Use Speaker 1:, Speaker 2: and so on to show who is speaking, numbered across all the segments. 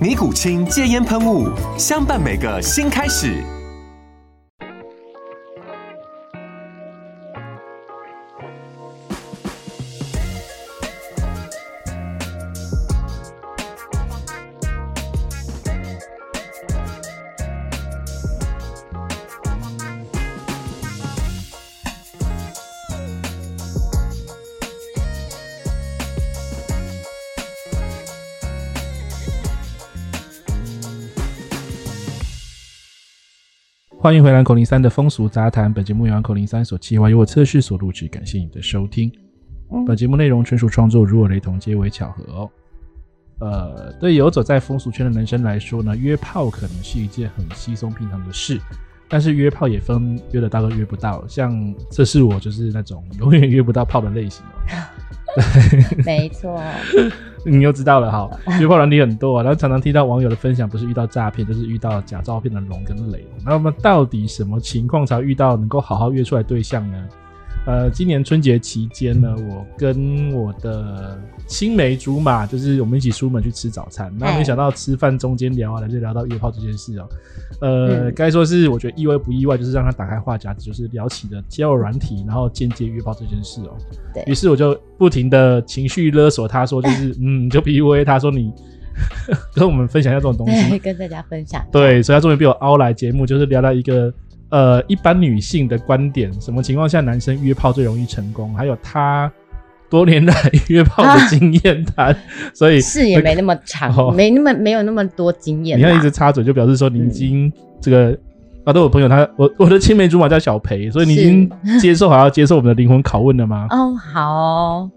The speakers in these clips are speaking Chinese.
Speaker 1: 尼古清戒烟喷雾，相伴每个新开始。
Speaker 2: 欢迎回来，口零三的风俗杂谈。本节目由口零三所企划，由我测试所录制。感谢你的收听。本节目内容纯属创作，如有雷同，皆为巧合哦。呃，对游走在风俗圈的男生来说呢，约炮可能是一件很稀松平常的事，但是约炮也分约得到和约不到。像这是我就是那种永远约不到炮的类型、哦。
Speaker 3: 没错，
Speaker 2: 你又知道了哈，约炮软体很多啊，然后常常听到网友的分享，不是遇到诈骗，就是遇到假照片的龙跟雷。那么到底什么情况才遇到能够好好约出来对象呢？呃，今年春节期间呢，我跟我的青梅竹马，就是我们一起出门去吃早餐，那没想到吃饭中间聊啊聊，就聊到约炮这件事哦、呃，
Speaker 3: 嗯
Speaker 2: 该说是我觉得意外不意外，就是让他打开话匣子，就是聊起了交友软体，然后间接约炮这件事哦、
Speaker 3: 对
Speaker 2: 于是我就不停的情绪勒索他，说就是嗯，你就 PUA 他说你 跟我们分享一下这种东
Speaker 3: 对，
Speaker 2: 西。
Speaker 3: 跟大家分享。
Speaker 2: 对，所以他终于被我凹来节目，就是聊到一个呃一般女性的观点，什么情况下男生约炮最容易成功，还有他多年来 约炮的经验谈。所 以
Speaker 3: 是也啊没那么长，
Speaker 2: 哦
Speaker 3: 没那么没有那么多经验
Speaker 2: 你
Speaker 3: 啦。嗯
Speaker 2: 要一直插嘴，就表示说你已经这个。啊，对，我朋友他，我我的青梅竹马叫小裴，所以你已经 接受好要接受我们的灵魂拷问了吗？
Speaker 3: 哦，好哦，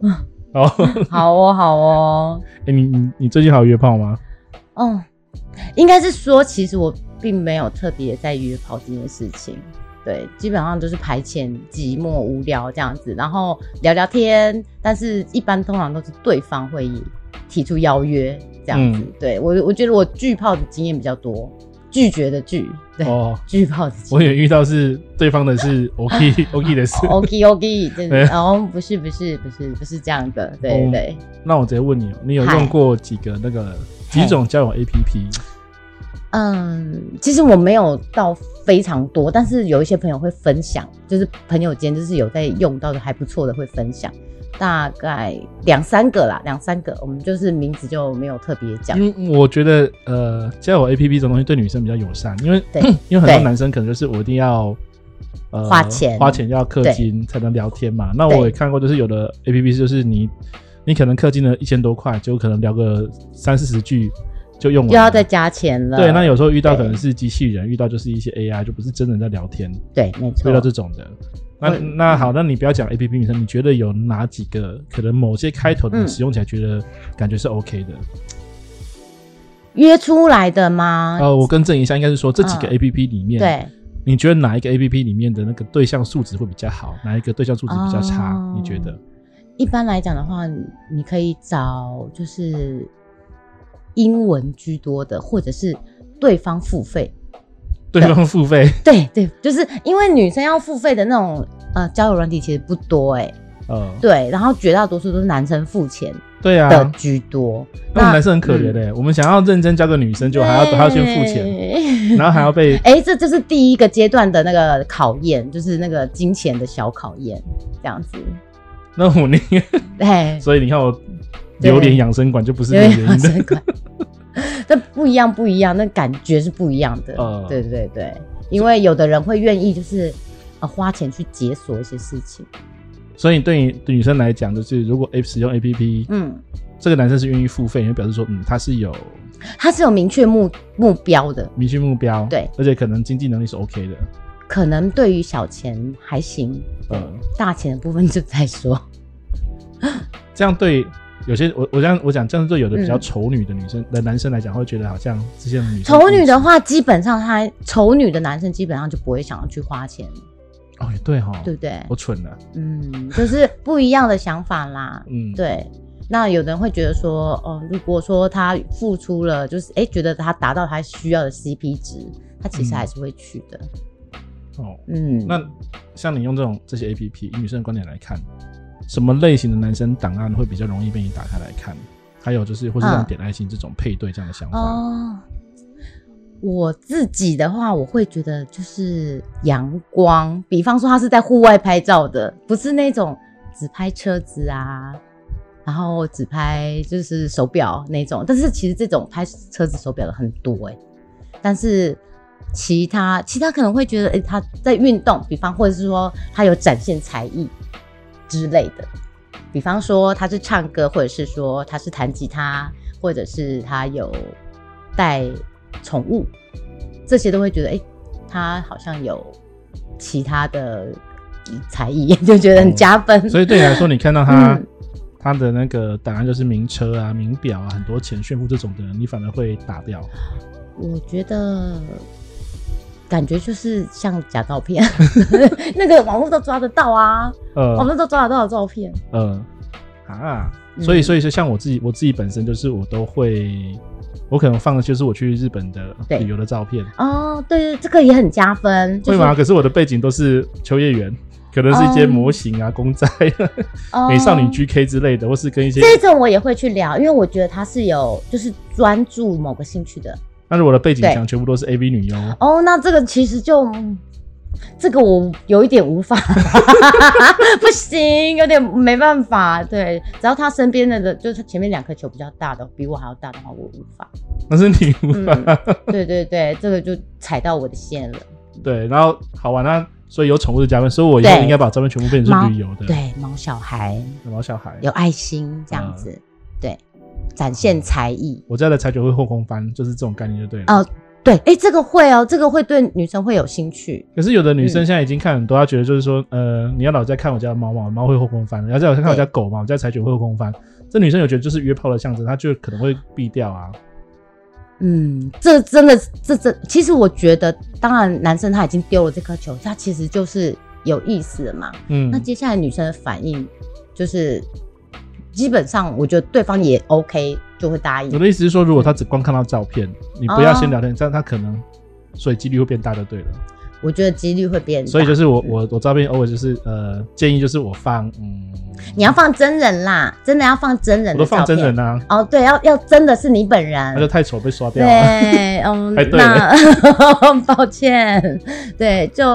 Speaker 2: 哦，
Speaker 3: 好哦，好哦，
Speaker 2: 哎，你你你最近还有约炮吗？
Speaker 3: 哦，应该是说，其实我并没有特别在约炮这件事情。对，基本上就是排遣寂寞无聊这样子，然后聊聊天。但是，一般通常都是对方会提出邀约这样子。
Speaker 2: 嗯
Speaker 3: 对我，我觉得我拒炮的经验比较多，拒绝的拒，对，
Speaker 2: 哦，
Speaker 3: 拒炮的经
Speaker 2: 我
Speaker 3: 验。
Speaker 2: 也遇到是对方的 是 OK OK 的 事。
Speaker 3: OK OK，真的
Speaker 2: 对，
Speaker 3: 哦，不是不是不是不是这样的，对
Speaker 2: 哦
Speaker 3: 对对。
Speaker 2: 那我直接问你哦，你有
Speaker 3: 嗨
Speaker 2: 用过几个那个
Speaker 3: 嘿
Speaker 2: 几种交友 APP？
Speaker 3: 嗯，其实我没有到非常多，但是有一些朋友会分享，就是朋友间就是有在用到的还不错的会分享，大概两三个啦，两三个，我们就是名字就没有特别讲。
Speaker 2: 因为我觉得呃，交友 APP 这种东西对女生比较友善，因为
Speaker 3: 对
Speaker 2: 因为很多
Speaker 3: 对
Speaker 2: 男生可能就是我一定要。呃，
Speaker 3: 花钱
Speaker 2: 花钱要氪金才能聊天嘛。那我也看过，就是有的 A P P 就是你，你可能氪金了一千多块，就可能聊个三四十句就用完了，
Speaker 3: 又要再加钱了，
Speaker 2: 对。那有时候遇到
Speaker 3: 对
Speaker 2: 可能是机器人，遇到就是一些 A I，就不是真人在聊天。
Speaker 3: 对，没错
Speaker 2: 遇到，这种的。那
Speaker 3: 会
Speaker 2: 那好，那你不要讲 A P P 女生，你觉得有哪几个可能某些开头你
Speaker 3: 嗯
Speaker 2: 使用起来觉得感觉是 O、k 的？
Speaker 3: 约出来的吗？
Speaker 2: 呃，我更正一下，应该是说这几个
Speaker 3: 嗯
Speaker 2: A P P 里面，
Speaker 3: 对，
Speaker 2: 你觉得哪一个 A P P 里面的那个对象素质会比较好，哪一个对象素质比较差？
Speaker 3: 哦
Speaker 2: 你觉得？
Speaker 3: 一般来讲的话，你可以找就是英文居多的，或者是对方付费，
Speaker 2: 对方付费
Speaker 3: 对对，就是因为女生要付费的那种呃交友软体其实不多哎、
Speaker 2: 呃，
Speaker 3: 对，然后绝大多数都是男生付钱
Speaker 2: 对啊，
Speaker 3: 的居多。
Speaker 2: 那我们男生很可怜的、
Speaker 3: 嗯
Speaker 2: 欸我们想要认真交个女生，就还要还要先付钱，
Speaker 3: 钱
Speaker 2: 然后还要被
Speaker 3: 哎、这就是第一个阶段的那个考验，就是那个金钱的小考验，这样子。
Speaker 2: 那我宁愿，，
Speaker 3: 哎
Speaker 2: 所以你看我
Speaker 3: 对
Speaker 2: 榴莲养生馆就不是这
Speaker 3: 有
Speaker 2: 个
Speaker 3: 点
Speaker 2: 原因的。
Speaker 3: 生怪。这不一样，不一样，那感觉是不一样的。
Speaker 2: 呃
Speaker 3: 对对对，因为有的人会愿意就是呃花钱去解锁一些事情。
Speaker 2: 所以对你对女生来讲，就是如果 A 使用 A P P，
Speaker 3: 嗯，
Speaker 2: 这个男生是愿意付费，你就表示说，嗯，他是有
Speaker 3: 它是有明确目目标的，
Speaker 2: 明确目标，
Speaker 3: 对，
Speaker 2: 而且可能经济能力是 OK 的，
Speaker 3: 可能对于小钱还行，
Speaker 2: 嗯，
Speaker 3: 大钱的部分就 再说。
Speaker 2: 这样对有些我我这样我讲，这样对有的比较
Speaker 3: 嗯
Speaker 2: 丑女的女生的男生来讲，会觉得好像这些女生
Speaker 3: 丑女的话，基本上她丑女的男生基本上就不会想要去花钱，
Speaker 2: 哦，也对哈，
Speaker 3: 对不对？
Speaker 2: 我蠢了，
Speaker 3: 嗯，就是不一样的想法啦。
Speaker 2: 嗯，，
Speaker 3: 对，那有的人会觉得说，哦，如果说他付出了，就是哎、诶觉得他达到他需要的 CP 值，他其实
Speaker 2: 嗯
Speaker 3: 还是会去的。
Speaker 2: 哦，
Speaker 3: 嗯，
Speaker 2: 那像你用这种这些 A P P，以女生的观点来看，什么类型的男生档案会比较容易被你打开来看？还有就是，或是像
Speaker 3: 嗯
Speaker 2: 点爱心这种配对这样的想法，
Speaker 3: 哦，我自己的话，我会觉得就是阳光，比方说他是在户外拍照的，不是那种只拍车子啊，然后只拍就是手表那种。但是其实这种拍车子手表的很多哎、但是。其他其他可能会觉得，哎、他在运动，比方或者是说他有展现才艺之类的，比方说他是唱歌，或者是说他是弹吉他，或者是他有带宠物，这些都会觉得，哎、他好像有其他的才艺， 就觉得很加分。
Speaker 2: 哦 所以对你来说，你看到他、
Speaker 3: 嗯
Speaker 2: 他的那个档案就是名车啊、名表啊、很多钱、炫富这种的，你反而会打掉。
Speaker 3: 我觉得感觉就是像假照片， 那个网络都抓得到啊，网
Speaker 2: 呃
Speaker 3: 络都抓得到的照片。
Speaker 2: 呃啊，
Speaker 3: 嗯
Speaker 2: 所以所以说，像我自己，我自己本身就是我都会，我可能放的就是我去日本的
Speaker 3: 对
Speaker 2: 旅游的照片，
Speaker 3: 哦，对对，这个也很加分，就
Speaker 2: 会
Speaker 3: 是
Speaker 2: 吗？可是我的背景都是秋叶原。可能是一些模型啊、公仔、
Speaker 3: 哦
Speaker 2: 美少女 GK 之类的，或是跟一些……
Speaker 3: 这种我也会去聊，因为我觉得他是有就是专注某个兴趣的。
Speaker 2: 但是我的背景
Speaker 3: 对
Speaker 2: 墙全部都是 AV 女优，
Speaker 3: 哦，那这个其实就嗯这个我有一点无法， 不行，有点没办法。对，只要他身边的人，就是他前面两颗球比较大的，比我还要大的话，我无法。
Speaker 2: 那是你无法。
Speaker 3: 嗯对对对，这个就踩到我的线了。
Speaker 2: 对，然后好玩啊，所以有宠物的加分，所以我以后
Speaker 3: 对
Speaker 2: 应该把照片全部变成是
Speaker 3: 猫
Speaker 2: 旅游的，
Speaker 3: 对，毛小孩
Speaker 2: 毛小孩。
Speaker 3: 有爱心
Speaker 2: 嗯
Speaker 3: 这样子，对，展现才艺。
Speaker 2: 我家的裁决会后空翻，就是这种概念就对了。
Speaker 3: 哦对，哎，这个会哦，这个会对女生会有兴趣。
Speaker 2: 可是有的女
Speaker 3: 嗯
Speaker 2: 生现在已经看很多，她觉得就是说，呃，你要老在看我家的猫嘛，猫会后空翻；，然后再看我家狗嘛，我家裁决会后空翻。这女生有觉得就是约炮的象征，她就可能会避掉啊。
Speaker 3: 嗯，这真的，这这，其实我觉得，当然，男生他已经丢了这颗球，他其实就是有意思了嘛。
Speaker 2: 嗯
Speaker 3: 那，接下来女生的反应就是，基本上我觉得对方也 OK，就会答
Speaker 2: 我
Speaker 3: 应。
Speaker 2: 的意思是说，如果她只光看到照片，你不要
Speaker 3: 哦
Speaker 2: 先聊天，这样她可能所以几率会变大就对了。
Speaker 3: 我觉得几率会变大，
Speaker 2: 所以就是
Speaker 3: 嗯
Speaker 2: 我我我照片偶尔就是呃建议就是我放嗯，
Speaker 3: 你要放真人啦，真的要放真人
Speaker 2: 我
Speaker 3: 的
Speaker 2: 都
Speaker 3: 照片。
Speaker 2: 放真人啊，
Speaker 3: 哦，对，要要真的是你本人
Speaker 2: 那。就太丑被刷掉了。
Speaker 3: 对，嗯
Speaker 2: 哎，对
Speaker 3: 那 抱歉，对，就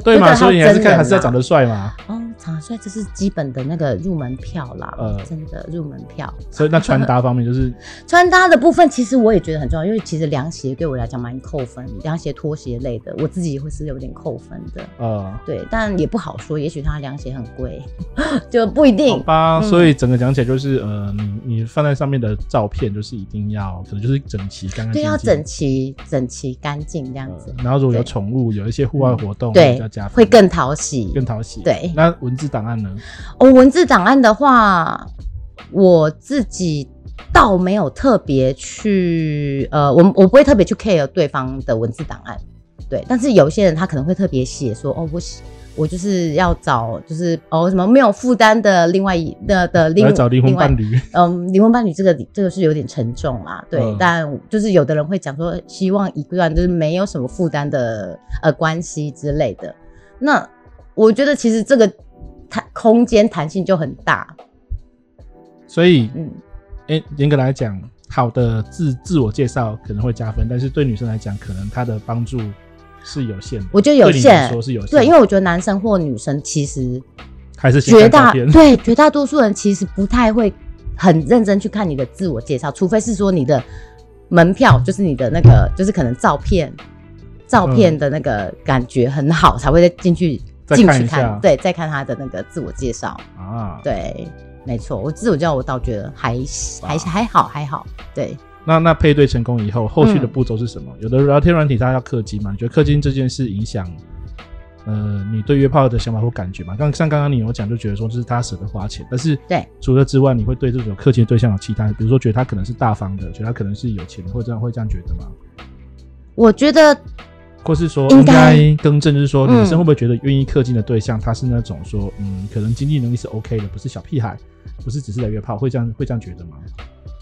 Speaker 2: 对
Speaker 3: 觉
Speaker 2: 嘛，
Speaker 3: 得
Speaker 2: 所以你
Speaker 3: 要
Speaker 2: 还是
Speaker 3: 真人啊
Speaker 2: 看还是要
Speaker 3: 啦
Speaker 2: 长得帅嘛。
Speaker 3: 哦，长得帅这是基本的那个入门票啦，
Speaker 2: 呃
Speaker 3: 真的入门票。
Speaker 2: 所以那穿搭方面 就是
Speaker 3: 穿搭的部分其实我也觉得很重要，因为其实凉鞋对我来讲蛮扣分，凉鞋、拖鞋类的，我自己会是有点扣分的。
Speaker 2: 呃
Speaker 3: 对，但也不好说，也许他凉鞋很贵， 就不一
Speaker 2: 好
Speaker 3: 定。
Speaker 2: 吧，
Speaker 3: 嗯
Speaker 2: 所以整个讲起来就是，呃，你你放在上面的照片就是一定要，可能就是整齐、干干净
Speaker 3: 对，
Speaker 2: 净，
Speaker 3: 要整齐、整齐、干净这样子
Speaker 2: 呃。然后如果有
Speaker 3: 对嗯
Speaker 2: 宠物，有一些户外活动，
Speaker 3: 对
Speaker 2: 要加，分
Speaker 3: 会更讨喜。
Speaker 2: 更讨喜。
Speaker 3: 对
Speaker 2: 那文字档 案呢？
Speaker 3: 哦，文字档案的话，我自己倒没有特别去，呃，我我不会特别去 care 对方的文字档案，对。但是有一些人他可能会特别写说，哦，我喜我就是要找，就是哦什么没有负担的另外一的的
Speaker 2: 我
Speaker 3: 另
Speaker 2: 要找离婚伴
Speaker 3: 侣，
Speaker 2: 侣，
Speaker 3: 嗯，离婚伴侣这个这个是有点沉重啦，对。
Speaker 2: 嗯
Speaker 3: 但就是有的人会讲说，希望一段就是没有什么负担的呃关系之类的。那我觉得其实这个弹空间弹性就很大，
Speaker 2: 所以，
Speaker 3: 嗯，
Speaker 2: 诶，严格来讲，好的自自我介绍可能会加分，但是对女生来讲，可能她的帮助是有限的。
Speaker 3: 我觉得有
Speaker 2: 对你来
Speaker 3: 限
Speaker 2: 说是有限的，
Speaker 3: 对，因为我觉得男生或女生其实
Speaker 2: 还是先
Speaker 3: 绝
Speaker 2: 看照
Speaker 3: 大
Speaker 2: 片
Speaker 3: 对绝大多数人其实不太会很认真去看你的自我介绍，除非是说你的门票就是你的那个就是可能照片照片的那个感觉很好，才会再进去
Speaker 2: 嗯再
Speaker 3: 进
Speaker 2: 看
Speaker 3: 去
Speaker 2: 一下
Speaker 3: 看，对，再看他的那个自我介绍。
Speaker 2: 啊，
Speaker 3: 对，没错，我自我介绍我倒觉得还还还好还好，对，
Speaker 2: 那那配对成功以后，后续
Speaker 3: 嗯
Speaker 2: 的步骤是什么？有的聊天软体它要氪金嘛？你觉得氪金这件事影响呃你对约炮的想法或感觉嘛？刚像刚刚你有讲，就觉得说这是他舍得花钱，但是
Speaker 3: 对
Speaker 2: 除了之外，你会对这种氪金的对象有其他，比如说觉得他可能是大方的，觉得他可能是有钱的，会这样会这样觉得吗？
Speaker 3: 我觉得
Speaker 2: 或是说应
Speaker 3: 应
Speaker 2: 该
Speaker 3: 该
Speaker 2: 更正，就是说
Speaker 3: 嗯
Speaker 2: 女生会不会觉得愿意氪金的对象，他是那种说嗯，可能经济能力是 OK 的，不是小屁孩，不是只是来约炮，会这样会这样觉得吗？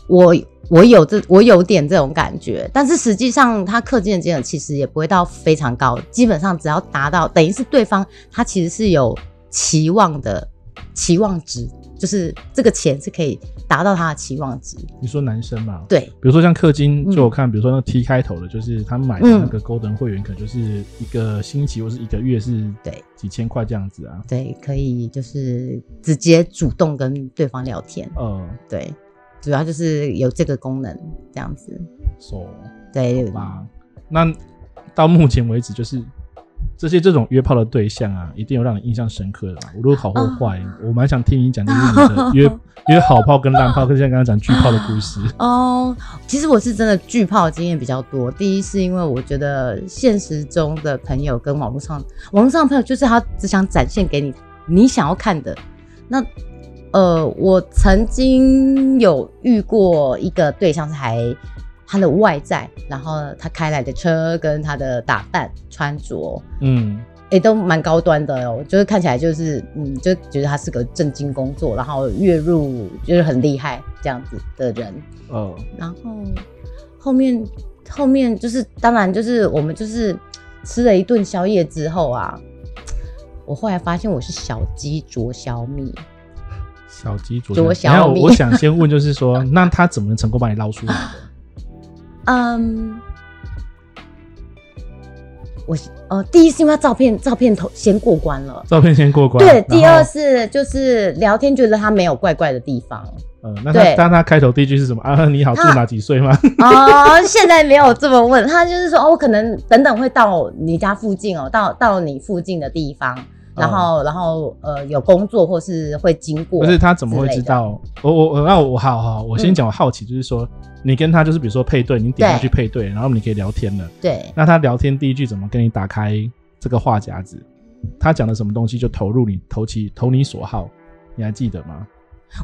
Speaker 3: 我我有这我有点这种感觉，但是实际上他氪金的金额其实也不会到非常高，基本上只要达到，等于是对方他其实是有期望的期望值，就是这个钱是可以达到他的期望值。
Speaker 2: 你说男生嘛，
Speaker 3: 对，
Speaker 2: 比如说像氪金，
Speaker 3: 嗯
Speaker 2: 就我看，比如说那 T 开头的，就是他买的那个 Golden 会员，可能就是一个星期或是一个月是
Speaker 3: 对
Speaker 2: 几千块这样子啊。
Speaker 3: 对，可以就是直接主动跟对方聊天，
Speaker 2: 呃，
Speaker 3: 对，主要就是有这个功能这样子，
Speaker 2: 手
Speaker 3: 对，
Speaker 2: 吧。那到目前为止，就是这些这种约炮的对象啊，一定有让你印象深刻的嘛。无论好或坏，
Speaker 3: 哦
Speaker 2: 我蛮想听你讲，就是你的约 约好炮跟烂炮，跟像刚刚讲巨炮的故事。
Speaker 3: 哦，其实我是真的拒炮的经验比较多。第一是因为我觉得现实中的朋友跟网络上网络上的朋友，就是他只想展现给你你想要看的。那呃，我曾经有遇过一个对象是还。他的外在，然后他开来的车跟他的打扮穿着，
Speaker 2: 嗯，
Speaker 3: 也、都蛮高端的哦，就是看起来就是，嗯，就觉得他是个正经工作，然后月入就是很厉害这样子的人。
Speaker 2: 呃，
Speaker 3: 然后后面后面就是，当然就是我们就是吃了一顿宵夜之后啊，我后来发现我是小鸡啄小米，
Speaker 2: 小鸡啄
Speaker 3: 啄
Speaker 2: 然
Speaker 3: 小
Speaker 2: 后
Speaker 3: 米
Speaker 2: 我想先问，就是 说，那他怎么能成功把你捞出来的？
Speaker 3: 嗯。我呃，第一是因为他照片照片头先过关了，
Speaker 2: 照片先过关。
Speaker 3: 对，第
Speaker 2: 然后
Speaker 3: 二是就是聊天觉得他没有怪怪的地方
Speaker 2: 呃，那他
Speaker 3: 对
Speaker 2: 但他开头第一句是什么啊？ 你好，住
Speaker 3: 他
Speaker 2: 哪几岁吗？
Speaker 3: 哦，现在没有这么问，他就是说哦，我可能等等会到你家附近哦，到到你附近的地方，
Speaker 2: 哦
Speaker 3: 然后、然后呃有工作或是会经过，
Speaker 2: 不是他怎么会知道？我我我那我好好，我先
Speaker 3: 嗯
Speaker 2: 讲，我好奇就是说，你跟他就是比如说配对，你点进去
Speaker 3: 对
Speaker 2: 配对，然后你可以聊天了。
Speaker 3: 对，
Speaker 2: 那他聊天第一句怎么跟你打开这个话匣子？他讲的什么东西就投入你投其投你所好，你还记得吗？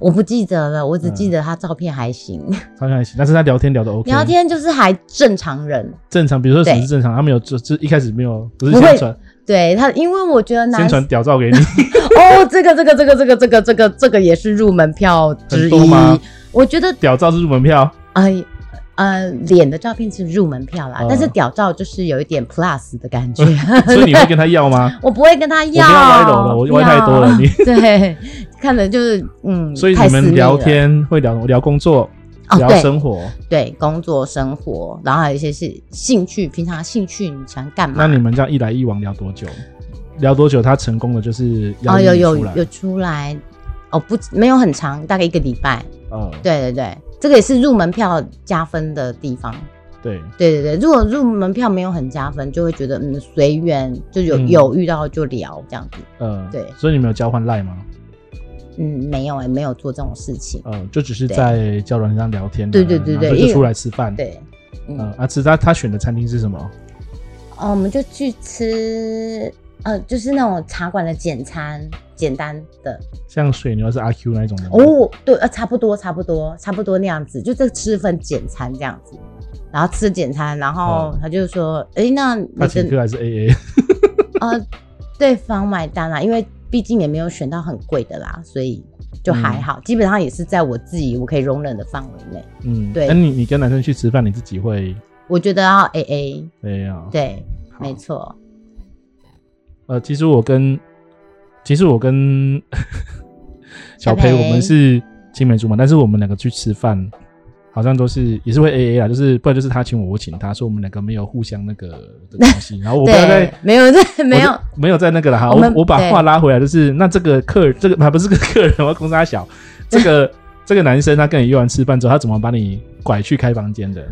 Speaker 3: 我不记得了，我只记得他照片还行，
Speaker 2: 好像还行，但是他聊天聊的 OK，
Speaker 3: 聊天就是还正常人，
Speaker 2: 正常，比如说什么
Speaker 3: 对
Speaker 2: 是正常？他没有就就一开始没有，不是
Speaker 3: 不会
Speaker 2: 先传
Speaker 3: 对他，因为我觉得
Speaker 2: 先
Speaker 3: 男
Speaker 2: 传屌照 给你，
Speaker 3: 哦，这个这个这个这个这个这个这个也是入门票之
Speaker 2: 很多
Speaker 3: 一
Speaker 2: 吗，
Speaker 3: 我觉得
Speaker 2: 屌照是入门票，
Speaker 3: 哎。呃，脸的照片是入门票啦，
Speaker 2: 嗯
Speaker 3: 但是屌照就是有一点 plus 的感觉，
Speaker 2: 所以你会跟他要吗？
Speaker 3: 我不会跟他 要，
Speaker 2: 我不要歪楼了我歪太多了
Speaker 3: 不
Speaker 2: 你
Speaker 3: 要 对，看的就是 嗯，
Speaker 2: 所以
Speaker 3: 太
Speaker 2: 你
Speaker 3: 私密
Speaker 2: 们
Speaker 3: 了
Speaker 2: 聊天会聊聊工作，
Speaker 3: 哦
Speaker 2: 聊
Speaker 3: 对
Speaker 2: 生活。
Speaker 3: 对工作、生活，然后还有一些是兴趣，平常兴趣你喜欢干嘛？
Speaker 2: 那你们这样一来一往聊多久？聊多久？他成功的就是邀
Speaker 3: 哦，
Speaker 2: 约
Speaker 3: 有
Speaker 2: 你出
Speaker 3: 有
Speaker 2: 来
Speaker 3: 有出来哦，不没有很长，大概一个礼拜。
Speaker 2: 呃
Speaker 3: 对对对，这个也是入门票加分的地方。
Speaker 2: 对
Speaker 3: 对对对，如果入门票没有很加分，就会觉得嗯随缘，就有、
Speaker 2: 嗯
Speaker 3: 有遇到就聊这样子。
Speaker 2: 呃
Speaker 3: 对
Speaker 2: 所以你们有交换赖吗？
Speaker 3: 嗯，没有哎、没有做这种事情。
Speaker 2: 呃，就只是在交流上聊天啊，
Speaker 3: 对对对对
Speaker 2: 然后
Speaker 3: 因
Speaker 2: 就
Speaker 3: 为
Speaker 2: 出来吃饭。，
Speaker 3: 对，嗯。
Speaker 2: 呃啊，吃他他选的餐厅是什么？
Speaker 3: 哦，我们就去吃，呃，就是那种茶馆的简餐，简单的。
Speaker 2: 像水牛是阿 Q 那一种的吗，
Speaker 3: 哦，对，呃，差不多，差不多，差不多那样子，就这吃份简餐这样子。然后吃简餐，然后
Speaker 2: 嗯
Speaker 3: 他就说，诶，那
Speaker 2: 他
Speaker 3: 每
Speaker 2: 请客
Speaker 3: 个
Speaker 2: 还是 AA？
Speaker 3: 呃，对方买单啦，因为毕竟也没有选到很贵的啦，所以就
Speaker 2: 嗯
Speaker 3: 还好，基本上也是在我自己我可以容忍的范围内。
Speaker 2: 嗯，
Speaker 3: 对
Speaker 2: 那你你跟男生去吃饭，你自己会
Speaker 3: 我觉得要 A A，
Speaker 2: 这样？
Speaker 3: 对，
Speaker 2: 好
Speaker 3: 没错，
Speaker 2: 呃，其实我跟其实我 跟小
Speaker 3: 小
Speaker 2: 裴
Speaker 3: 裴
Speaker 2: 我们是青梅竹马，但是我们两个去吃饭好像都是也是会 A A 啦，就是不然就是他请我，我请他，所以我们两个没有互相那 个的东西。然后我不要
Speaker 3: 对
Speaker 2: 再，
Speaker 3: 没有对，没有
Speaker 2: 我就没有在那个了哈，
Speaker 3: 我
Speaker 2: 我
Speaker 3: 们
Speaker 2: 我把
Speaker 3: 对
Speaker 2: 话拉回来，就是那这个客人这个还啊不是个客人，我要公司他 小这个这个男生他跟你约完吃饭之后，他怎么把你拐去开房间的？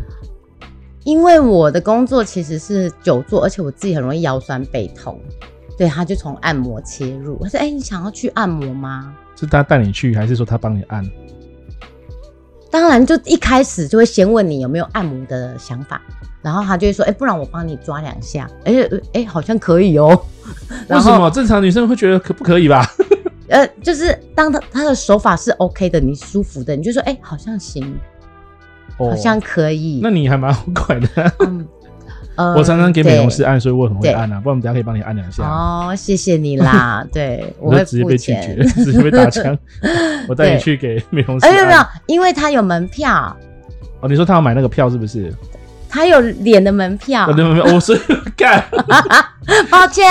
Speaker 3: 因为我的工作其实是久坐，而且我自己很容易腰酸背痛。对，他就从按摩切入，他说：“哎、你想要去按摩吗
Speaker 2: 是他带你去，还是说他帮你按？？”
Speaker 3: 当然，就一开始就会先问你有没有按摩的想法，然后他就会说：“哎、不然我帮你抓两下。哎哎、好像可以哦。”
Speaker 2: 为
Speaker 3: 然
Speaker 2: 什
Speaker 3: 后
Speaker 2: 么正常女生会觉得可不可以 吧？
Speaker 3: 呃，就是当他他的手法是 OK 的，你舒服的，你就说：“哎、好像行，
Speaker 2: 哦
Speaker 3: 好像可以。
Speaker 2: 那你还蛮好拐的。
Speaker 3: 嗯，呃
Speaker 2: 我常常给美容师
Speaker 3: 对
Speaker 2: 按，所以我很会按啊，不然我们等下可以帮你按两下。
Speaker 3: 哦，谢谢你啦，对我
Speaker 2: 我
Speaker 3: 会
Speaker 2: 就直接
Speaker 3: 付
Speaker 2: 被拒
Speaker 3: 钱
Speaker 2: 绝，。 直接被打 枪。我带你去给美容师
Speaker 3: 哎，没有
Speaker 2: 按。
Speaker 3: 没有，因为他有门票，
Speaker 2: 哦，你说他要买那个票是不是？
Speaker 3: 他有脸的门票
Speaker 2: 哦，，对，没有，我是 干。
Speaker 3: 抱歉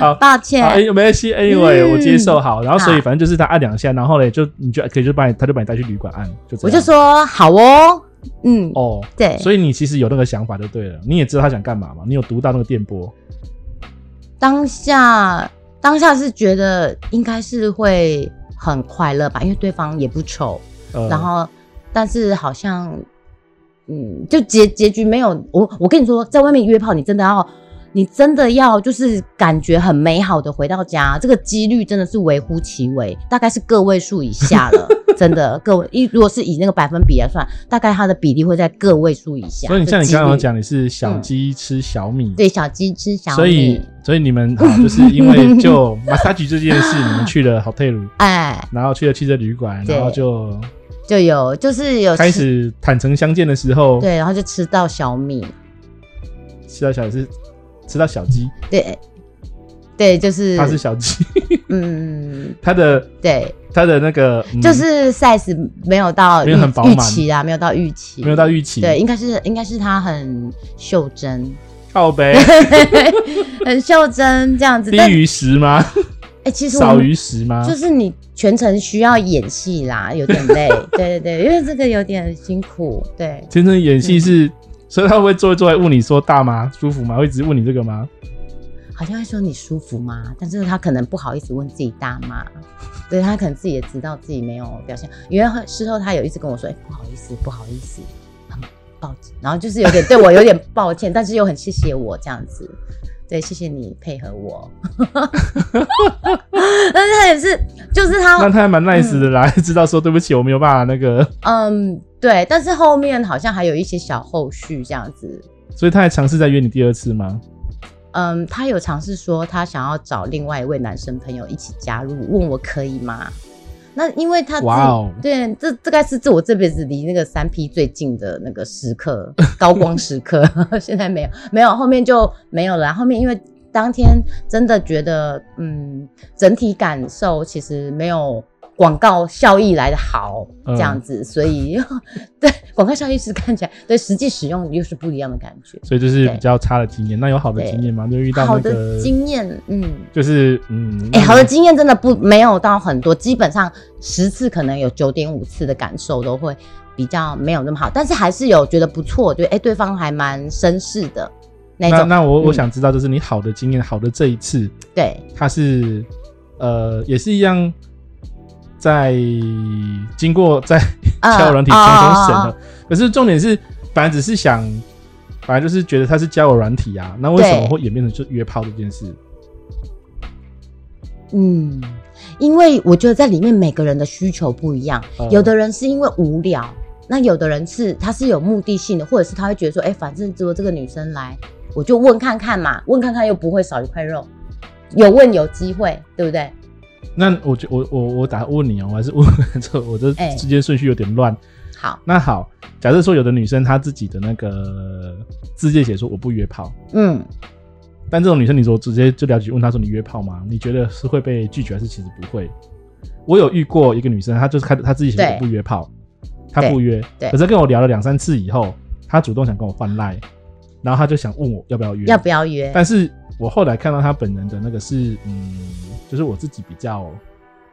Speaker 2: 好，
Speaker 3: 抱
Speaker 2: 好，哎
Speaker 3: 歉，，
Speaker 2: 没关系，anyway，
Speaker 3: 嗯
Speaker 2: 我接受好。然后所以
Speaker 3: 好
Speaker 2: 反正就是他按两下，然后嘞就你就可以就把你他就把你带去旅馆按，就这样
Speaker 3: 我就说好哦，嗯，
Speaker 2: 哦，
Speaker 3: 对，
Speaker 2: 所以你其实有那个想法就对了，你也知道他想干嘛嘛，你有读到那个电波。
Speaker 3: 当下当下是觉得应该是会很快乐吧，因为对方也不丑，
Speaker 2: 呃
Speaker 3: 然后但是好像，嗯，就结结局没有。我我跟你说，在外面约炮，你真的要，你真的要就是感觉很美好的回到家，这个几率真的是微乎其微，大概是个位数以下 了。真的，个位，一如果是以那个百分比来算，大概它的比例会在个位数以下。
Speaker 2: 所以你
Speaker 3: 这
Speaker 2: 像你
Speaker 3: 几
Speaker 2: 刚刚有
Speaker 3: 率，
Speaker 2: 讲，你是
Speaker 3: 嗯
Speaker 2: 小鸡吃小米，
Speaker 3: 对小鸡吃小米，
Speaker 2: 所以所以你们好，就是因为 就 massage 这件事，你们去了 hotel，
Speaker 3: 哎，
Speaker 2: 然后去了汽车旅馆，
Speaker 3: 对
Speaker 2: 然后就
Speaker 3: 就有就是有
Speaker 2: 开
Speaker 3: 吃
Speaker 2: 始坦诚相见的时候，
Speaker 3: 对，然后就吃到小米，
Speaker 2: 吃到小是吃到小鸡，
Speaker 3: 对，对，就是
Speaker 2: 它是小鸡，
Speaker 3: 嗯，
Speaker 2: 它的
Speaker 3: 对。
Speaker 2: 它的那个、嗯
Speaker 3: 就是 size 没有到
Speaker 2: 没
Speaker 3: 预
Speaker 2: 有很饱满
Speaker 3: 预期啊，没有到预期，
Speaker 2: 没有到预期，
Speaker 3: 对，，应该是应该是他很袖珍，
Speaker 2: 靠背
Speaker 3: 很袖珍这样子。
Speaker 2: 低
Speaker 3: 但哎、哎
Speaker 2: 于十吗？
Speaker 3: 其实我
Speaker 2: 少
Speaker 3: 们
Speaker 2: 于十吗？
Speaker 3: 就是你全程需要演戏啦，有点 累。对对对，因为这个有点辛苦。对，
Speaker 2: 真正演戏
Speaker 3: 嗯
Speaker 2: 是，所以他会不会坐一坐来问你说大吗？舒服吗？会一直问你这个吗？
Speaker 3: 好像会说你舒服吗？但是他可能不好意思问自己大妈，对他可能自己也知道自己没有表现，因为事后他有一直跟我说，哎、不好意思，不好意思，很抱歉，然后就是有点对我有点抱歉，但是又很谢谢我这样子，对，谢谢你配合我， 但是他也是，就是
Speaker 2: 那
Speaker 3: 他，
Speaker 2: 他还蛮 nice 的啦， 知道说对不起，我没有办法那个，
Speaker 3: 嗯，对，但是后面好像还有一些小后续这样子，
Speaker 2: 所以他还尝试再约你第二次吗？
Speaker 3: 嗯，他有尝试说他想要找另外一位男生朋友一起加入，问我可以吗？那因为他自己
Speaker 2: 哇哦
Speaker 3: 对，这这该是这我这辈子离那个三 P 最近的那个时刻，高光时刻。 现在没有，没有，后面就没有了。后面因为当天真的觉得，嗯，整体感受其实没有广告效益来的好，
Speaker 2: 嗯
Speaker 3: 这样子，所以 对广告效益是看起来，对实际使用又是不一样的感觉。
Speaker 2: 所以就是比较差的经验。那有好的经验吗？就遇到
Speaker 3: 好
Speaker 2: 那
Speaker 3: 的
Speaker 2: 个，
Speaker 3: 经验，嗯。
Speaker 2: 就是嗯，那
Speaker 3: 哎、好的经验真的不没有到很多，基本上十次可能有九点五次的感受都会比较没有那么好，但是还是有觉得不错，觉得哎、诶对方还蛮绅士的那
Speaker 2: 那
Speaker 3: 种。
Speaker 2: 那我、我
Speaker 3: 嗯
Speaker 2: 想知道，就是你好的经验，好的这一次，
Speaker 3: 对，
Speaker 2: 他是呃也是一样，在经过在
Speaker 3: 呃
Speaker 2: 交友软体
Speaker 3: 哦
Speaker 2: 重重审
Speaker 3: 哦
Speaker 2: 的。可是重点是，本来只是想，本来就是觉得他是交友软体啊，那为什么
Speaker 3: 对
Speaker 2: 会演变成就约炮这件事？
Speaker 3: 嗯，因为我觉得在里面每个人的需求不一样，
Speaker 2: 呃
Speaker 3: 有的人是因为无聊，那有的人是他是有目的性的，或者是他会觉得说，哎、反正只有这个女生来，我就问看看嘛，问看看又不会少一块肉，有问有机会，对不对？
Speaker 2: 那我觉我我我打问你哦、我还是问 这我这
Speaker 3: 哎
Speaker 2: 之间顺序有点乱。
Speaker 3: 好，
Speaker 2: 那好，假设说有的女生她自己的那个字界写说我不约炮，
Speaker 3: 嗯。
Speaker 2: 但这种女生你说直接就了解问她说你约炮吗？你觉得是会被拒绝还是其实不会？我有遇过一个女生，她就是她她自己写
Speaker 3: 对
Speaker 2: 我不约炮，她
Speaker 3: 对
Speaker 2: 不约，
Speaker 3: 对
Speaker 2: 可是跟我聊了两三次以后，她主动想跟我换赖，然后她就想问我要不要约，
Speaker 3: 要不要约？
Speaker 2: 但是我后来看到他本人的那个是，嗯，就是我自己比较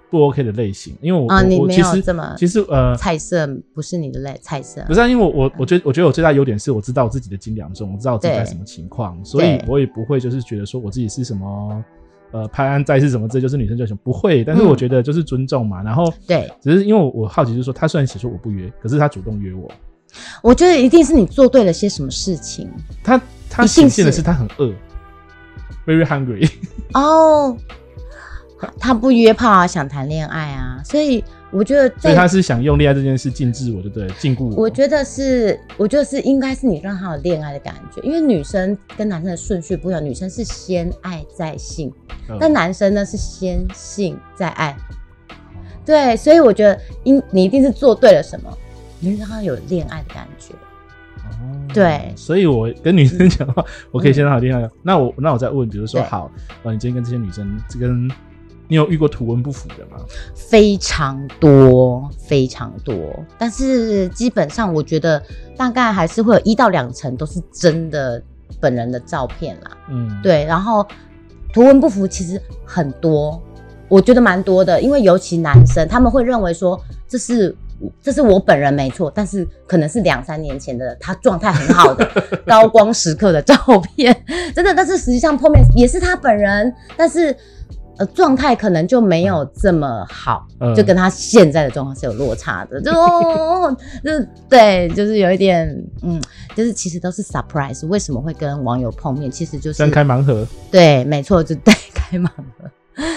Speaker 2: 不 OK 的类型，因为我、
Speaker 3: 啊你
Speaker 2: 我我
Speaker 3: 没
Speaker 2: 其
Speaker 3: 有
Speaker 2: 实
Speaker 3: 这么
Speaker 2: 其实呃，
Speaker 3: 菜色不是你的类，菜色
Speaker 2: 不是、啊，因为我我我觉得我觉得我最大优点是我知道我自己的斤两重，我知道我自己在什么情况，所以
Speaker 3: 对
Speaker 2: 我也不会就是觉得说我自己是什么。呃，拍案在是什么？这就是女生就行，不会。但是
Speaker 3: 嗯
Speaker 2: 我觉得就是尊重嘛。然后
Speaker 3: 对
Speaker 2: 只是因为我我好奇，就是说他虽然写说我不约，可是他主动约我，
Speaker 3: 我觉得一定是你做对了些什么事情
Speaker 2: 他他
Speaker 3: 一定
Speaker 2: 显现的
Speaker 3: 是
Speaker 2: 是他很饿，very hungry。
Speaker 3: 哦。他不约炮啊，想谈恋爱啊，所以我觉得
Speaker 2: 所
Speaker 3: 在
Speaker 2: 以他是想用恋爱这件事禁制我，就对了，禁锢
Speaker 3: 我觉得是，我觉得是应该是你让他有恋爱的感觉，因为女生跟男生的顺序不一样，女生是先爱再性，
Speaker 2: 嗯
Speaker 3: 但男生呢是先性再爱。对，所以我觉得应你一定是做对了什么，你让他有恋爱的感觉。
Speaker 2: 哦
Speaker 3: 对嗯
Speaker 2: 所以我跟女生讲话，我可以先让她恋爱。那我那我再问，比如说
Speaker 3: 对
Speaker 2: 好，呃，你今天跟这些女生，这跟你有遇过图文不符的吗？
Speaker 3: 非常多，非常多。但是基本上，我觉得大概还是会有一到两成都是真的本人的照片啦。
Speaker 2: 嗯，，
Speaker 3: 对，然后图文不符其实很多，我觉得蛮多的，因为尤其男生他们会认为说这是。这是我本人没错，但是可能是两三年前的他状态很好 的高光时刻的照片，真的。但是实际上后面也是他本人，但是呃状态可能就没有这么好，
Speaker 2: 嗯
Speaker 3: 就跟他现在的状况是有落差的。 就、哦、就是对，就是有一点嗯，就是其实都是 surprise，为什么会跟网友碰面？其实就是
Speaker 2: 三开盲盒，
Speaker 3: 对，没错，就对开满了，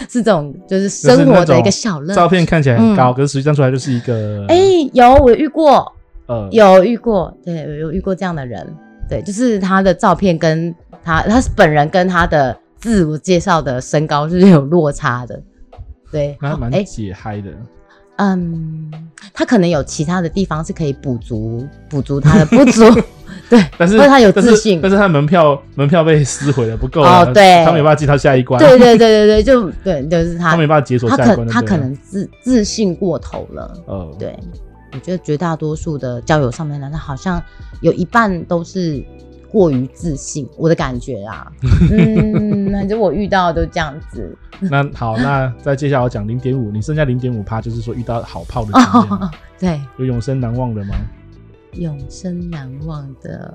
Speaker 3: 是这种就
Speaker 2: 就是
Speaker 3: 是生活
Speaker 2: 那
Speaker 3: 的一
Speaker 2: 种
Speaker 3: 个小乐。
Speaker 2: 照片看起来很
Speaker 3: 嗯
Speaker 2: 高，可是实际上出来就是一个，
Speaker 3: 哎、有我遇过，
Speaker 2: 呃，
Speaker 3: 有遇过，对，有有遇过这样的人，对，就是他的照片跟他他是本人跟他的自我介绍的身高是有落差的，对，
Speaker 2: 那还
Speaker 3: 哎
Speaker 2: 蛮解嗨的。
Speaker 3: 嗯，他可能有其他的地方是可以补足补足他的不足， 对，
Speaker 2: 但是
Speaker 3: 或者哦他有
Speaker 2: 但是
Speaker 3: 自信
Speaker 2: 但是他门票门票被撕毁了，不够
Speaker 3: 哦
Speaker 2: 了
Speaker 3: 对
Speaker 2: 他没办法进到下一关，
Speaker 3: 对对对对对，就对，就是
Speaker 2: 他
Speaker 3: 他
Speaker 2: 没办法解锁
Speaker 3: 他
Speaker 2: 下一
Speaker 3: 可
Speaker 2: 关，
Speaker 3: 他
Speaker 2: 对
Speaker 3: 可
Speaker 2: 不对
Speaker 3: 能自自信过头了。
Speaker 2: 呃，
Speaker 3: 对，我觉得绝大多数的交友上面的男生好像有一半都是过于自信，我的感觉啊，嗯，反正我遇到的都这样子。
Speaker 2: 那好，那再接下来我讲零点五，你剩下零点五趴，就是说遇到好炮的经验
Speaker 3: 哦
Speaker 2: 吗，
Speaker 3: 对，
Speaker 2: 有永生难忘的吗？
Speaker 3: 永生难忘的，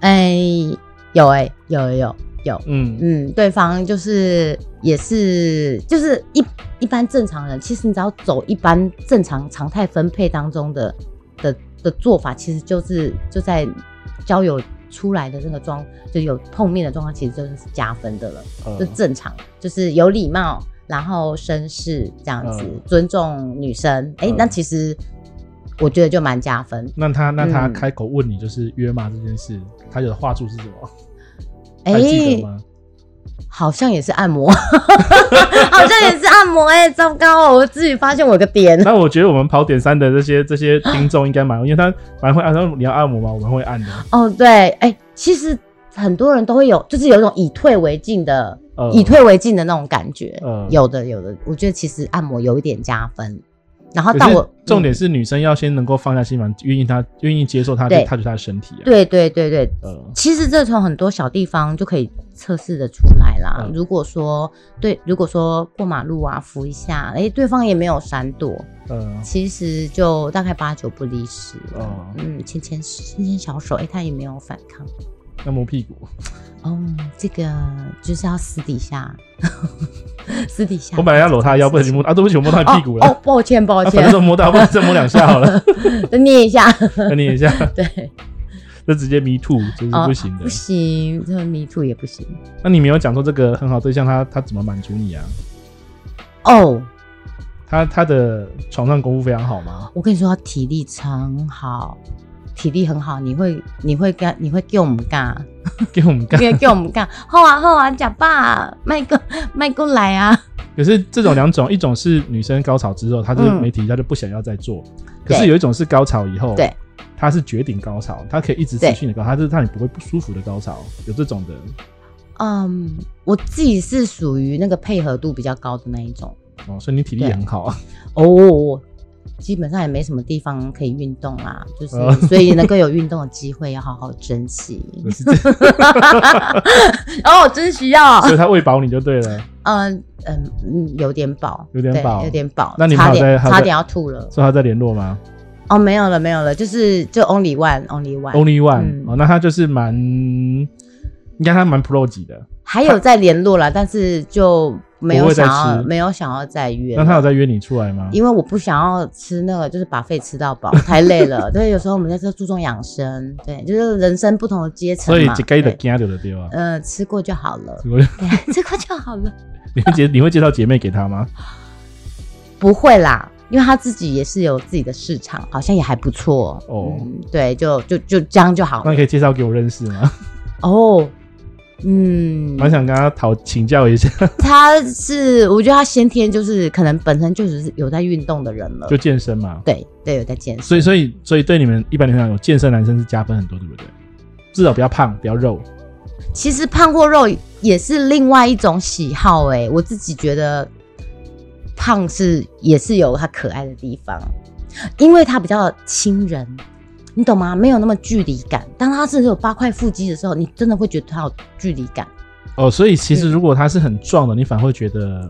Speaker 3: 哎、有哎、有有有有，
Speaker 2: 嗯，
Speaker 3: 嗯，对方就是也是就是一一般正常人，其实你只要走一般正常常态分配当中的的的做法，其实就是就在交友出来的那个状，就有碰面的状况，其实就是加分的了，
Speaker 2: 呃
Speaker 3: 就正常，就是有礼貌，然后绅士这样子，
Speaker 2: 嗯
Speaker 3: 尊重女生，哎、
Speaker 2: 嗯
Speaker 3: 那其实我觉得就蛮加分，
Speaker 2: 那他那他
Speaker 3: 嗯
Speaker 2: 开口问你就是约吗这件事，他有话术是什么？
Speaker 3: 哎、
Speaker 2: 还记得 吗？
Speaker 3: 好像也是按摩， 好像也是按摩、哎，糟糕、哦，我自己发现我有个点。
Speaker 2: 那我觉得我们跑点三的这些这些听众应该蛮，因为他蛮会按，他说你要按摩吗？我们会按的。
Speaker 3: 哦，对，哎、其实很多人都会有，就是有一种以退为进的，
Speaker 2: 呃
Speaker 3: 以退为进的那种感觉。
Speaker 2: 呃
Speaker 3: 有的，有的，我觉得其实按摩有一点加分。然后
Speaker 2: 可
Speaker 3: 到
Speaker 2: 是
Speaker 3: 我
Speaker 2: 重、
Speaker 3: 嗯
Speaker 2: 点是女生要先能够放下心房，愿意他愿意接受他
Speaker 3: 对
Speaker 2: 他对他的身体啊。，
Speaker 3: 对对对对，
Speaker 2: 呃，
Speaker 3: 其实这从很多小地方就可以测试的出来啦。
Speaker 2: 嗯
Speaker 3: 如果说对，如果说过马路啊扶一下，哎、对方也没有闪躲，
Speaker 2: 呃，
Speaker 3: 其实就大概八九不离十了。
Speaker 2: 哦
Speaker 3: 嗯，牵牵牵牵小手，哎、他也没有反抗。
Speaker 2: 要摸屁股，
Speaker 3: 哦，这个就是要私底下， 私底下。
Speaker 2: 我本来要搂他的腰，不小心摸啊，对不起，我摸到你屁股了。
Speaker 3: 哦，哦抱歉抱
Speaker 2: 啊，
Speaker 3: 歉
Speaker 2: 反，正都摸 到，不然再摸两下好了，
Speaker 3: 再捏一下。
Speaker 2: 再捏一下，
Speaker 3: 对，哦
Speaker 2: 这直接 me too 这是不行的
Speaker 3: 不。行，这个 me too 也不行。
Speaker 2: 那你没有讲说这个很好对象他他怎么满足你啊？
Speaker 3: 哦，
Speaker 2: 他他的床上功夫非常好吗？
Speaker 3: 我跟你说，他体力很好，体力很好，你会你会干，你会叫我们干，
Speaker 2: 给我们干
Speaker 3: 你。会叫我们干。好啊好啊，假爸，麦哥麦哥来啊。
Speaker 2: 可是这种两种，一种是女生高潮之后，她就是
Speaker 3: 嗯
Speaker 2: 没提，她就不想要再做。可是
Speaker 3: 对
Speaker 2: 有一种是高潮以后，
Speaker 3: 对，
Speaker 2: 她是绝顶高潮，她可以一直持续的高潮，她就是让你不会不舒服的高潮，有这种的。
Speaker 3: 嗯，我自己是属于那个配合度比较高的那一种。
Speaker 2: 哦，所以你体力也很好啊。
Speaker 3: 哦，基本上也没什么地方可以运动啦，就是、
Speaker 2: 哦
Speaker 3: 所以能够有运动的机会要好好 珍惜。
Speaker 2: 就是这样
Speaker 3: 哦，真需要。
Speaker 2: 所以她喂饱你就对了，
Speaker 3: 嗯嗯嗯，有点饱，
Speaker 2: 有点
Speaker 3: 对
Speaker 2: 饱
Speaker 3: 有点饱，
Speaker 2: 那你们
Speaker 3: 差
Speaker 2: 还有在
Speaker 3: 点
Speaker 2: 还有
Speaker 3: 差
Speaker 2: 在
Speaker 3: 点要吐了。
Speaker 2: 所以她在联络吗
Speaker 3: 哦，没有了，没有了，就是就 only
Speaker 2: 哦
Speaker 3: one，only one，
Speaker 2: ？Only one
Speaker 3: 嗯
Speaker 2: 哦，那她就是蛮，应该她蛮 pro 级的。
Speaker 3: 还有在联络啦，但是就没
Speaker 2: 不
Speaker 3: 有
Speaker 2: 会再
Speaker 3: 想要
Speaker 2: 吃
Speaker 3: 没有想要再约
Speaker 2: 那
Speaker 3: 了。
Speaker 2: 他有在约你出来吗？
Speaker 3: 因为我不想要吃那个，就是把肺吃到饱，太累了。对，有时候我们在这注重养生，对，就是人生不同的阶层
Speaker 2: 所以
Speaker 3: 嘛。
Speaker 2: 这该的
Speaker 3: 对
Speaker 2: 惊掉的对吧？
Speaker 3: 呃，吃过就好了，
Speaker 2: 如果
Speaker 3: 对 吃过就好了，
Speaker 2: 你会介你会介绍姐妹给他吗？
Speaker 3: 不会啦，因为他自己也是有自己的市场，好像也还不错。
Speaker 2: 哦
Speaker 3: 嗯，对，就就就这样就好
Speaker 2: 那
Speaker 3: 了。
Speaker 2: 你可以介绍给我认识吗？
Speaker 3: 哦，嗯，
Speaker 2: 蛮想跟他讨请教一下，
Speaker 3: 他是我觉得他先天就是可能本身就只是有在运动的人了
Speaker 2: 就，健身嘛。
Speaker 3: 对对，有在健身。
Speaker 2: 所以所以所以对你们一般来讲，有健身男生是加分很多，对不对？至少不要胖，不要肉。
Speaker 3: 其实胖或肉也是另外一种喜好哎、我自己觉得胖是也是有它可爱的地方，因为它比较亲人，你懂吗？没有那么距离感。当它是有八块腹肌的时候，你真的会觉得它有距离感，
Speaker 2: 哦，所以其实
Speaker 3: 嗯
Speaker 2: 如果他是很壮的，你反而会觉得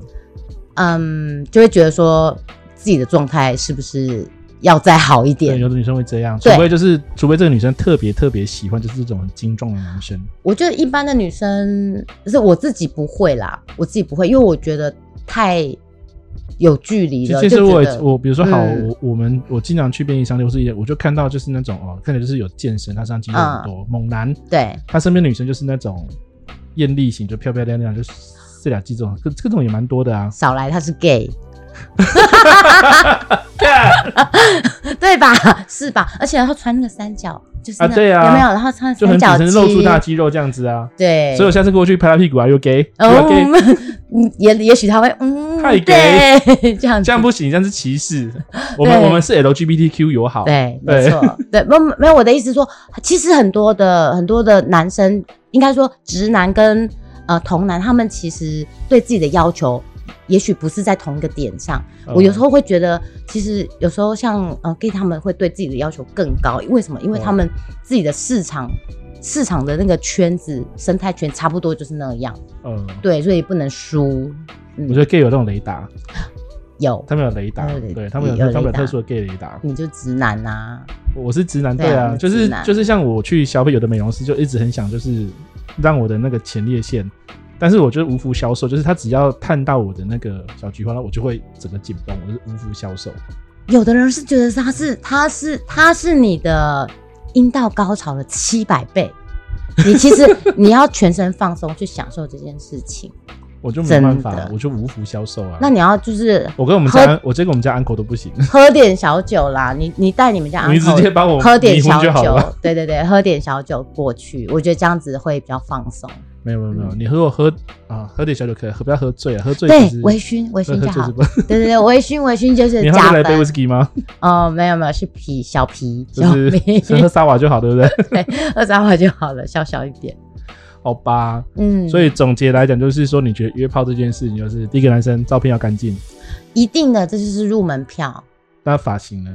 Speaker 3: 嗯，就会觉得说自己的状态是不是要再好一
Speaker 2: 对，
Speaker 3: 点？
Speaker 2: 有的女生会这样，除
Speaker 3: 对
Speaker 2: 非就是除非这个女生特别特别喜欢就是这种很精壮的男生。
Speaker 3: 我觉得一般的女生是我自己不会啦，我自己不会，因为我觉得太有距离
Speaker 2: 其
Speaker 3: 了。
Speaker 2: 其实
Speaker 3: 就觉
Speaker 2: 我
Speaker 3: 得
Speaker 2: 也我比如说好，
Speaker 3: 嗯
Speaker 2: 我我们我经常去便利商店，或是也我就看到就是那种哦，看起来就是有健身，他身上肌肉
Speaker 3: 嗯
Speaker 2: 很多，猛男，
Speaker 3: 对。
Speaker 2: 他身边的女生就是那种艳丽型，就漂漂亮亮，就是这俩肌这种，这这种也蛮多的啊。
Speaker 3: 少来，他是 gay。对吧？是吧？而且他穿那个三角，就是那
Speaker 2: 啊对啊
Speaker 3: 有没有？然后穿
Speaker 2: 就很
Speaker 3: 三
Speaker 2: 紧身，
Speaker 3: 角肌，
Speaker 2: 露出大肌肉这样子啊。
Speaker 3: 对，哦
Speaker 2: 所以我下次过去拍他屁股啊，又 gay，又 gay，
Speaker 3: 嗯，也也许他会嗯，
Speaker 2: 太 gay
Speaker 3: 对，这样子
Speaker 2: 这样不行，这样是歧 视。我们
Speaker 3: 嗯对
Speaker 2: 我们是 LGBTQ 友好，
Speaker 3: 对，
Speaker 2: 对
Speaker 3: 没错，对，没有没有，我的意思是说，其实很多的很多的男生，应该说直男跟呃同男，他们其实对自己的要求，也许不是在同一个点上。
Speaker 2: 嗯
Speaker 3: 我有时候会觉得，其实有时候像呃 gay 他们会对自己的要求更高，为什么？因为
Speaker 2: 哦
Speaker 3: 他们自己的市场。市场的那个圈子生态圈差不多就是那样，
Speaker 2: 嗯，
Speaker 3: 对，所以不能输。嗯
Speaker 2: 我觉得 gay 有那种雷达，
Speaker 3: 有
Speaker 2: 他们有雷达
Speaker 3: 哦有，雷
Speaker 2: 对他们
Speaker 3: 有
Speaker 2: 有
Speaker 3: 雷
Speaker 2: 他
Speaker 3: 达
Speaker 2: 们有特殊的 gay 雷达。
Speaker 3: 你就直男啊呐、
Speaker 2: 我是直男，
Speaker 3: 对
Speaker 2: 对
Speaker 3: 啊
Speaker 2: 啊，
Speaker 3: 你是
Speaker 2: 就是
Speaker 3: 直男
Speaker 2: 就是像我去消费有的美容师，就一直很想就是让我的那个前列腺，但是我觉得无福消受，就是他只要探到我的那个小菊花，那我就会整个紧绷，我就是无福消受。
Speaker 3: 有的人是觉得他是他是他是你的阴道高潮的七百倍，你其 实你要全身放松去享受这件事情。
Speaker 2: 我就没办
Speaker 3: 真
Speaker 2: 法
Speaker 3: 的，
Speaker 2: 我就无福消受啊。
Speaker 3: 那你要就是
Speaker 2: 我跟我们家，我这个我们家 uncle 都不行，
Speaker 3: 喝点小酒啦，你你带你们家 uncle,
Speaker 2: 你直接把我
Speaker 3: 喝
Speaker 2: 哦
Speaker 3: 点
Speaker 2: 迷
Speaker 3: 小
Speaker 2: 昏就好了。
Speaker 3: 酒，对对对，喝点小酒过去，我觉得这样子会比较放松。
Speaker 2: 没有没有没有，你和我喝啊，喝点小酒可以，喝不要喝醉啊，喝醉
Speaker 3: 嗯对
Speaker 2: 其实，
Speaker 3: 微醺微
Speaker 2: 对
Speaker 3: 醺
Speaker 2: 喝
Speaker 3: 就
Speaker 2: 醉
Speaker 3: 好
Speaker 2: 是。 不？
Speaker 3: 对对对，微醺微醺就 是
Speaker 2: 你喝
Speaker 3: 加
Speaker 2: 来杯
Speaker 3: 分。
Speaker 2: whisky 吗？
Speaker 3: 哦，没有没有，是啤小啤
Speaker 2: 就
Speaker 3: 小
Speaker 2: 是
Speaker 3: 啤，
Speaker 2: 喝沙瓦就好， 对不对？
Speaker 3: 二三块就好了，小小一点。
Speaker 2: 好吧。
Speaker 3: 嗯，
Speaker 2: 所以总结来讲，就是说，你觉得约炮这件事情，就是第一个男生照片要干净，
Speaker 3: 一定的，这就是入门票。
Speaker 2: 那发型呢？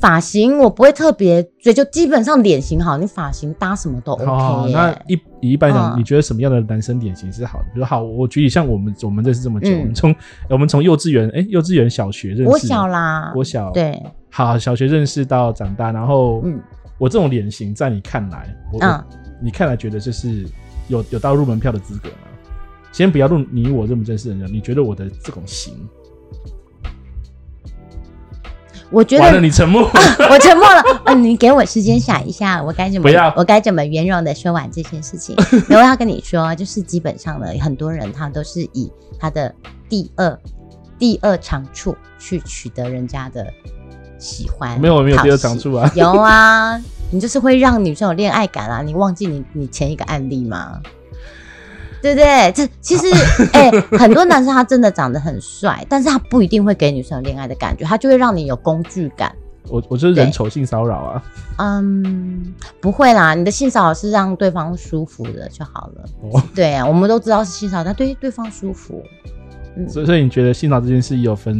Speaker 3: 发型我不会特别追究，基本上脸型好，你发型搭什么都 OK 耶。
Speaker 2: 那一以一般来讲，
Speaker 3: 嗯
Speaker 2: 你觉得什么样的男生脸型是好的？比如好，我举例，像我们我们认识这么久，
Speaker 3: 嗯
Speaker 2: 我们从我们从幼稚园，哎、幼稚园、小学认识，
Speaker 3: 国小，啦，
Speaker 2: 国小，，
Speaker 3: 对，
Speaker 2: 好，小学认识到长大，然后，
Speaker 3: 嗯
Speaker 2: 我这种脸型，在你看来，我、
Speaker 3: 嗯
Speaker 2: 你看来觉得就是有有到入门票的资格吗？先不要论你我认不认识人，你觉得我的这种型，
Speaker 3: 我觉
Speaker 2: 完了
Speaker 3: 得
Speaker 2: 你沉 默。
Speaker 3: 我沉默了。嗯，你给我时间想一下，我该怎么
Speaker 2: 不要
Speaker 3: 我该怎么圆融的说完这件 事情。然后我要跟你说，就是基本上呢，很多人他都是以他的第二第二长处去取得人家的喜欢，
Speaker 2: 没有没有第二
Speaker 3: 讨
Speaker 2: 长
Speaker 3: 喜
Speaker 2: 处啊，
Speaker 3: 有啊，你就是会让女生有恋爱感啊！你忘记你你前一个案例吗？对不对？这 其实，哎、很多男生他真的长得很帅，但是他不一定会给女生有恋爱的感觉，他就会让你有工具感。
Speaker 2: 我我就是人
Speaker 3: 对
Speaker 2: 丑性骚扰啊。
Speaker 3: 嗯，不会啦，你的性骚扰是让对方舒服的就好了。
Speaker 2: 哦
Speaker 3: 对啊，我们都知道是性骚扰，但对对方舒服，
Speaker 2: 所以所以你觉得性骚扰这件事有分，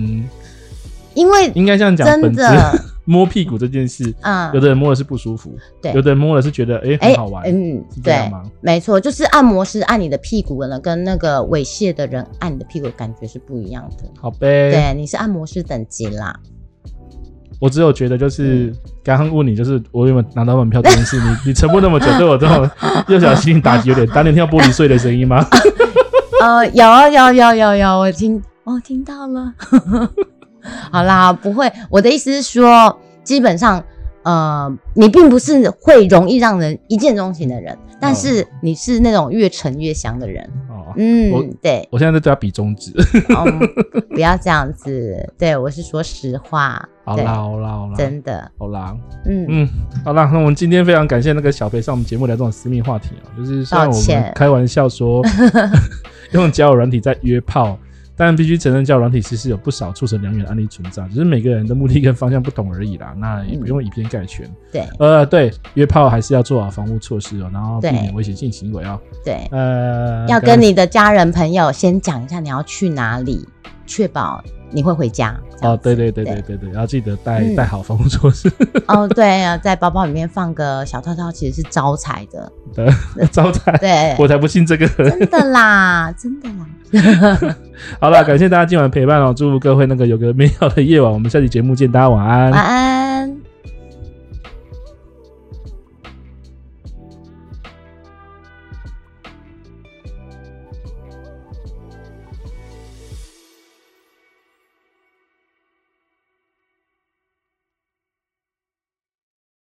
Speaker 3: 因为
Speaker 2: 应该这样讲，
Speaker 3: 真
Speaker 2: 本质
Speaker 3: 的
Speaker 2: 摸屁股这件事，
Speaker 3: 嗯
Speaker 2: 有，的人摸的是不舒服，
Speaker 3: 对
Speaker 2: 有的人摸的是觉得哎、诶
Speaker 3: 哎
Speaker 2: 很好玩，
Speaker 3: 嗯
Speaker 2: 是，这样
Speaker 3: 对
Speaker 2: 吗，
Speaker 3: 没错，就是按摩师按你的屁股的人跟那个猥亵的人按你的屁股的感觉是不一样的。
Speaker 2: 好呗。
Speaker 3: 对，你是按摩师等级啦。
Speaker 2: 我只有觉得就是
Speaker 3: 嗯
Speaker 2: 刚刚问你，就是我有没有拿到门票这件事，你你 沉默那么久，对我这 种又小心打击有点大。你有听到玻璃碎的声音吗？
Speaker 3: 呃，有有有有有，我听我听到了。 好啦，不会，我的意思是说，基本上，呃，你并不是会容易让人一见钟情的人，但是你是那种越沉越香的人。
Speaker 2: 哦，嗯我
Speaker 3: 嗯，对，
Speaker 2: 我现在在对他比中 指。
Speaker 3: 嗯，不要这样子。对我是说实话，
Speaker 2: 好
Speaker 3: 对
Speaker 2: 啦，，好啦，好啦，
Speaker 3: 真的，
Speaker 2: 好啦，
Speaker 3: 嗯，
Speaker 2: 嗯，好啦，那我们今天非常感谢那个小肥上我们节目聊这种私密话题啊，就是虽然我
Speaker 3: 抱
Speaker 2: 们
Speaker 3: 歉
Speaker 2: 开玩笑 说用交友软体在约炮，但必须承认交友软体其实有不少促成良缘的案例存在，只是每个人的目的跟方向不同而已啦，那也不用以偏概全。
Speaker 3: 对
Speaker 2: 呃，对，约炮还是要做好防护措施哦，然后避
Speaker 3: 对
Speaker 2: 免危险性行为哦。
Speaker 3: 对，
Speaker 2: 呃，
Speaker 3: 要跟你的家人朋友先讲一下你要去哪里，确保你会回家。这样
Speaker 2: 哦，对对对
Speaker 3: 对
Speaker 2: 对对对，要记得带
Speaker 3: 嗯
Speaker 2: 带好防护措 施。
Speaker 3: 哦，对啊，在包包里面放个小套套，其实是招财的。
Speaker 2: 的招待，
Speaker 3: 对，
Speaker 2: 我才不信这个。
Speaker 3: 真的啦，真的啦。
Speaker 2: 好了，感谢大家今晚陪伴哦，祝福各位那个有个美好的夜晚，我们下期节目见，大家晚安
Speaker 3: 晚安。